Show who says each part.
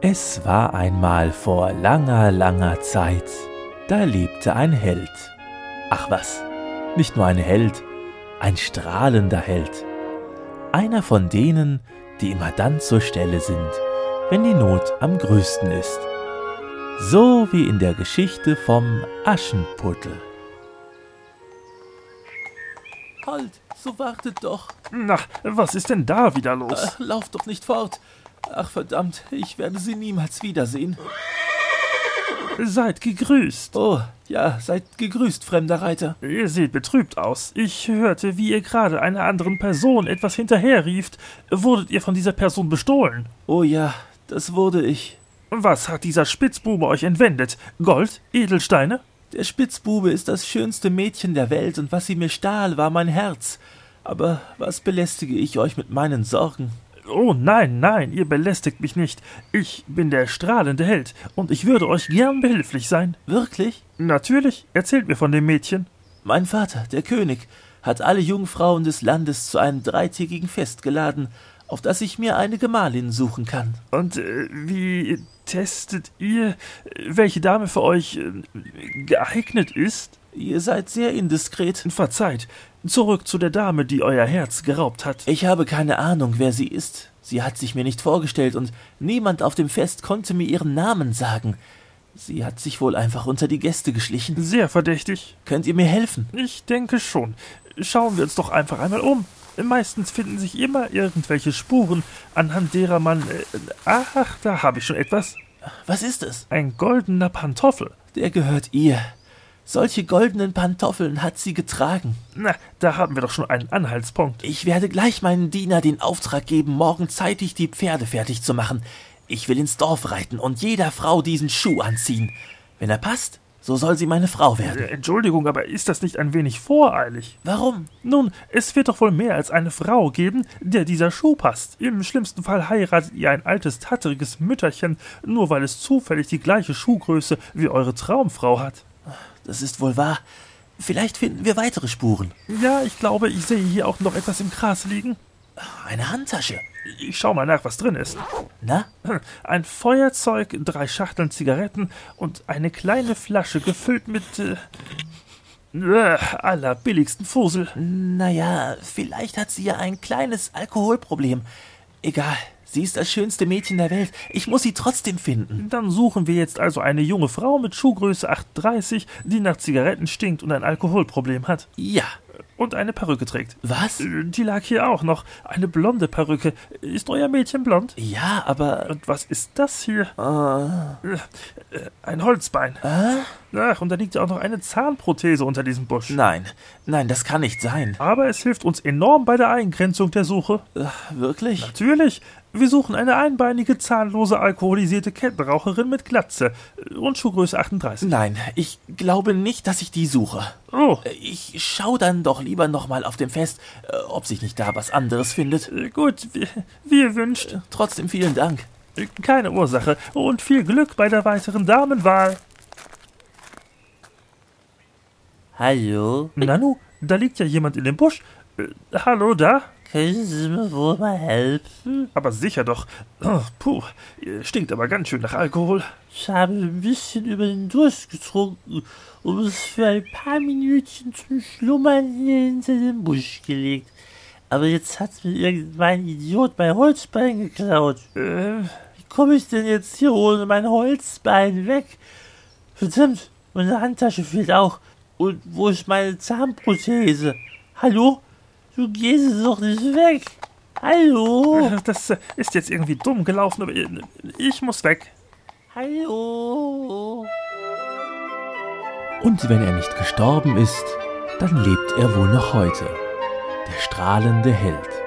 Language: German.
Speaker 1: Es war einmal vor langer, langer Zeit, da lebte ein Held. Ach was, nicht nur ein Held, ein strahlender Held. Einer von denen, die immer dann zur Stelle sind, wenn die Not am größten ist. So wie in der Geschichte vom Aschenputtel. Halt, so wartet doch.
Speaker 2: Na, was ist denn da wieder los?
Speaker 1: Ach, lauf doch nicht fort. Ach verdammt, ich werde sie niemals wiedersehen.
Speaker 2: Seid gegrüßt.
Speaker 1: Oh, ja, seid gegrüßt, fremder Reiter.
Speaker 2: Ihr seht betrübt aus. Ich hörte, wie ihr gerade einer anderen Person etwas hinterherrieft. Wurdet ihr von dieser Person bestohlen?
Speaker 1: Oh ja, das wurde ich.
Speaker 2: Was hat dieser Spitzbube euch entwendet? Gold? Edelsteine?
Speaker 1: Der Spitzbube ist das schönste Mädchen der Welt, und was sie mir stahl, war mein Herz. Aber was belästige ich euch mit meinen Sorgen?
Speaker 2: Oh nein, nein, ihr belästigt mich nicht. Ich bin der strahlende Held und ich würde euch gern behilflich sein.
Speaker 1: Wirklich?
Speaker 2: Natürlich, erzählt mir von dem Mädchen.
Speaker 1: Mein Vater, der König, hat alle Jungfrauen des Landes zu einem dreitägigen Fest geladen, auf das ich mir eine Gemahlin suchen kann.
Speaker 2: Und äh, wie testet ihr, äh, welche Dame für euch äh, geeignet ist?
Speaker 1: Ihr seid sehr indiskret.
Speaker 2: Verzeiht, zurück zu der Dame, die euer Herz geraubt hat.
Speaker 1: Ich habe keine Ahnung, wer sie ist. Sie hat sich mir nicht vorgestellt und niemand auf dem Fest konnte mir ihren Namen sagen. Sie hat sich wohl einfach unter die Gäste geschlichen.
Speaker 2: Sehr verdächtig.
Speaker 1: Könnt ihr mir helfen?
Speaker 2: Ich denke schon. Schauen wir uns doch einfach einmal um. Meistens finden sich immer irgendwelche Spuren, anhand derer man. Äh, ach, da habe ich schon etwas.
Speaker 1: Was ist es?
Speaker 2: Ein goldener Pantoffel.
Speaker 1: Der gehört ihr. Solche goldenen Pantoffeln hat sie getragen.
Speaker 2: Na, da haben wir doch schon einen Anhaltspunkt.
Speaker 1: Ich werde gleich meinen Diener den Auftrag geben, morgen zeitig die Pferde fertig zu machen. Ich will ins Dorf reiten und jeder Frau diesen Schuh anziehen. Wenn er passt, so soll sie meine Frau
Speaker 2: Äh,
Speaker 1: werden.
Speaker 2: Entschuldigung, aber ist das nicht ein wenig voreilig?
Speaker 1: Warum?
Speaker 2: Nun, es wird doch wohl mehr als eine Frau geben, der dieser Schuh passt. Im schlimmsten Fall heiratet ihr ein altes, tatteriges Mütterchen, nur weil es zufällig die gleiche Schuhgröße wie eure Traumfrau hat.
Speaker 1: Das ist wohl wahr. Vielleicht finden wir weitere Spuren.
Speaker 2: Ja, ich glaube, ich sehe hier auch noch etwas im Gras liegen.
Speaker 1: Eine Handtasche.
Speaker 2: Ich schau mal nach, was drin ist.
Speaker 1: Na?
Speaker 2: Ein Feuerzeug, drei Schachteln Zigaretten und eine kleine Flasche gefüllt mit äh, äh, allerbilligsten Fusel.
Speaker 1: Naja, vielleicht hat sie ja ein kleines Alkoholproblem. Egal, sie ist das schönste Mädchen der Welt. Ich muss sie trotzdem finden.
Speaker 2: Dann suchen wir jetzt also eine junge Frau mit Schuhgröße 8,30, die nach Zigaretten stinkt und ein Alkoholproblem hat.
Speaker 1: Ja.
Speaker 2: Und eine Perücke trägt.
Speaker 1: Was?
Speaker 2: Äh, Die lag hier auch noch. Eine blonde Perücke. Ist euer Mädchen blond?
Speaker 1: Ja, aber.
Speaker 2: Und was ist das hier?
Speaker 1: Äh,
Speaker 2: Äh, Ein Holzbein.
Speaker 1: äh?
Speaker 2: Ach, und da liegt ja auch noch eine Zahnprothese unter diesem Busch.
Speaker 1: Nein, nein, das kann nicht sein.
Speaker 2: Aber es hilft uns enorm bei der Eingrenzung der Suche.
Speaker 1: Äh, wirklich?
Speaker 2: Natürlich, wir suchen eine einbeinige, zahnlose, alkoholisierte Kettenraucherin mit Glatze und Schuhgröße 38.
Speaker 1: Nein, ich glaube nicht, dass ich die suche.
Speaker 2: Oh,
Speaker 1: Äh, Ich schau dann doch lieber nochmal auf dem Fest, äh, ob sich nicht da was anderes findet.
Speaker 2: äh, gut, wie, wie ihr wünscht.
Speaker 1: Trotzdem vielen Dank.
Speaker 2: Keine Ursache und viel Glück bei der weiteren Damenwahl.
Speaker 3: Hallo,
Speaker 1: Hm.
Speaker 2: Nanu, da liegt ja jemand in dem Busch. Äh, hallo da?
Speaker 3: können Sie mir wohl mal helfen?
Speaker 2: Aber sicher doch. Oh, puh, ihr stinkt aber ganz schön nach Alkohol.
Speaker 3: Ich habe ein bisschen über den Durst getrunken und es für ein paar Minütchen zum Schlummern hier hinter den Busch gelegt. Aber jetzt hat mir irgendein Idiot mein Holzbein geklaut.
Speaker 2: Äh,
Speaker 3: Wie komme ich denn jetzt hier ohne mein Holzbein weg? Verdammt, meine Handtasche fehlt auch. Und wo ist meine Zahnprothese? Hallo? Du gehst jetzt doch nicht weg. Hallo?
Speaker 2: das äh, ist jetzt irgendwie dumm gelaufen, aber äh, ich muss weg.
Speaker 3: Hallo?
Speaker 1: Und wenn er nicht gestorben ist, dann lebt er wohl noch heute. Der strahlende Held.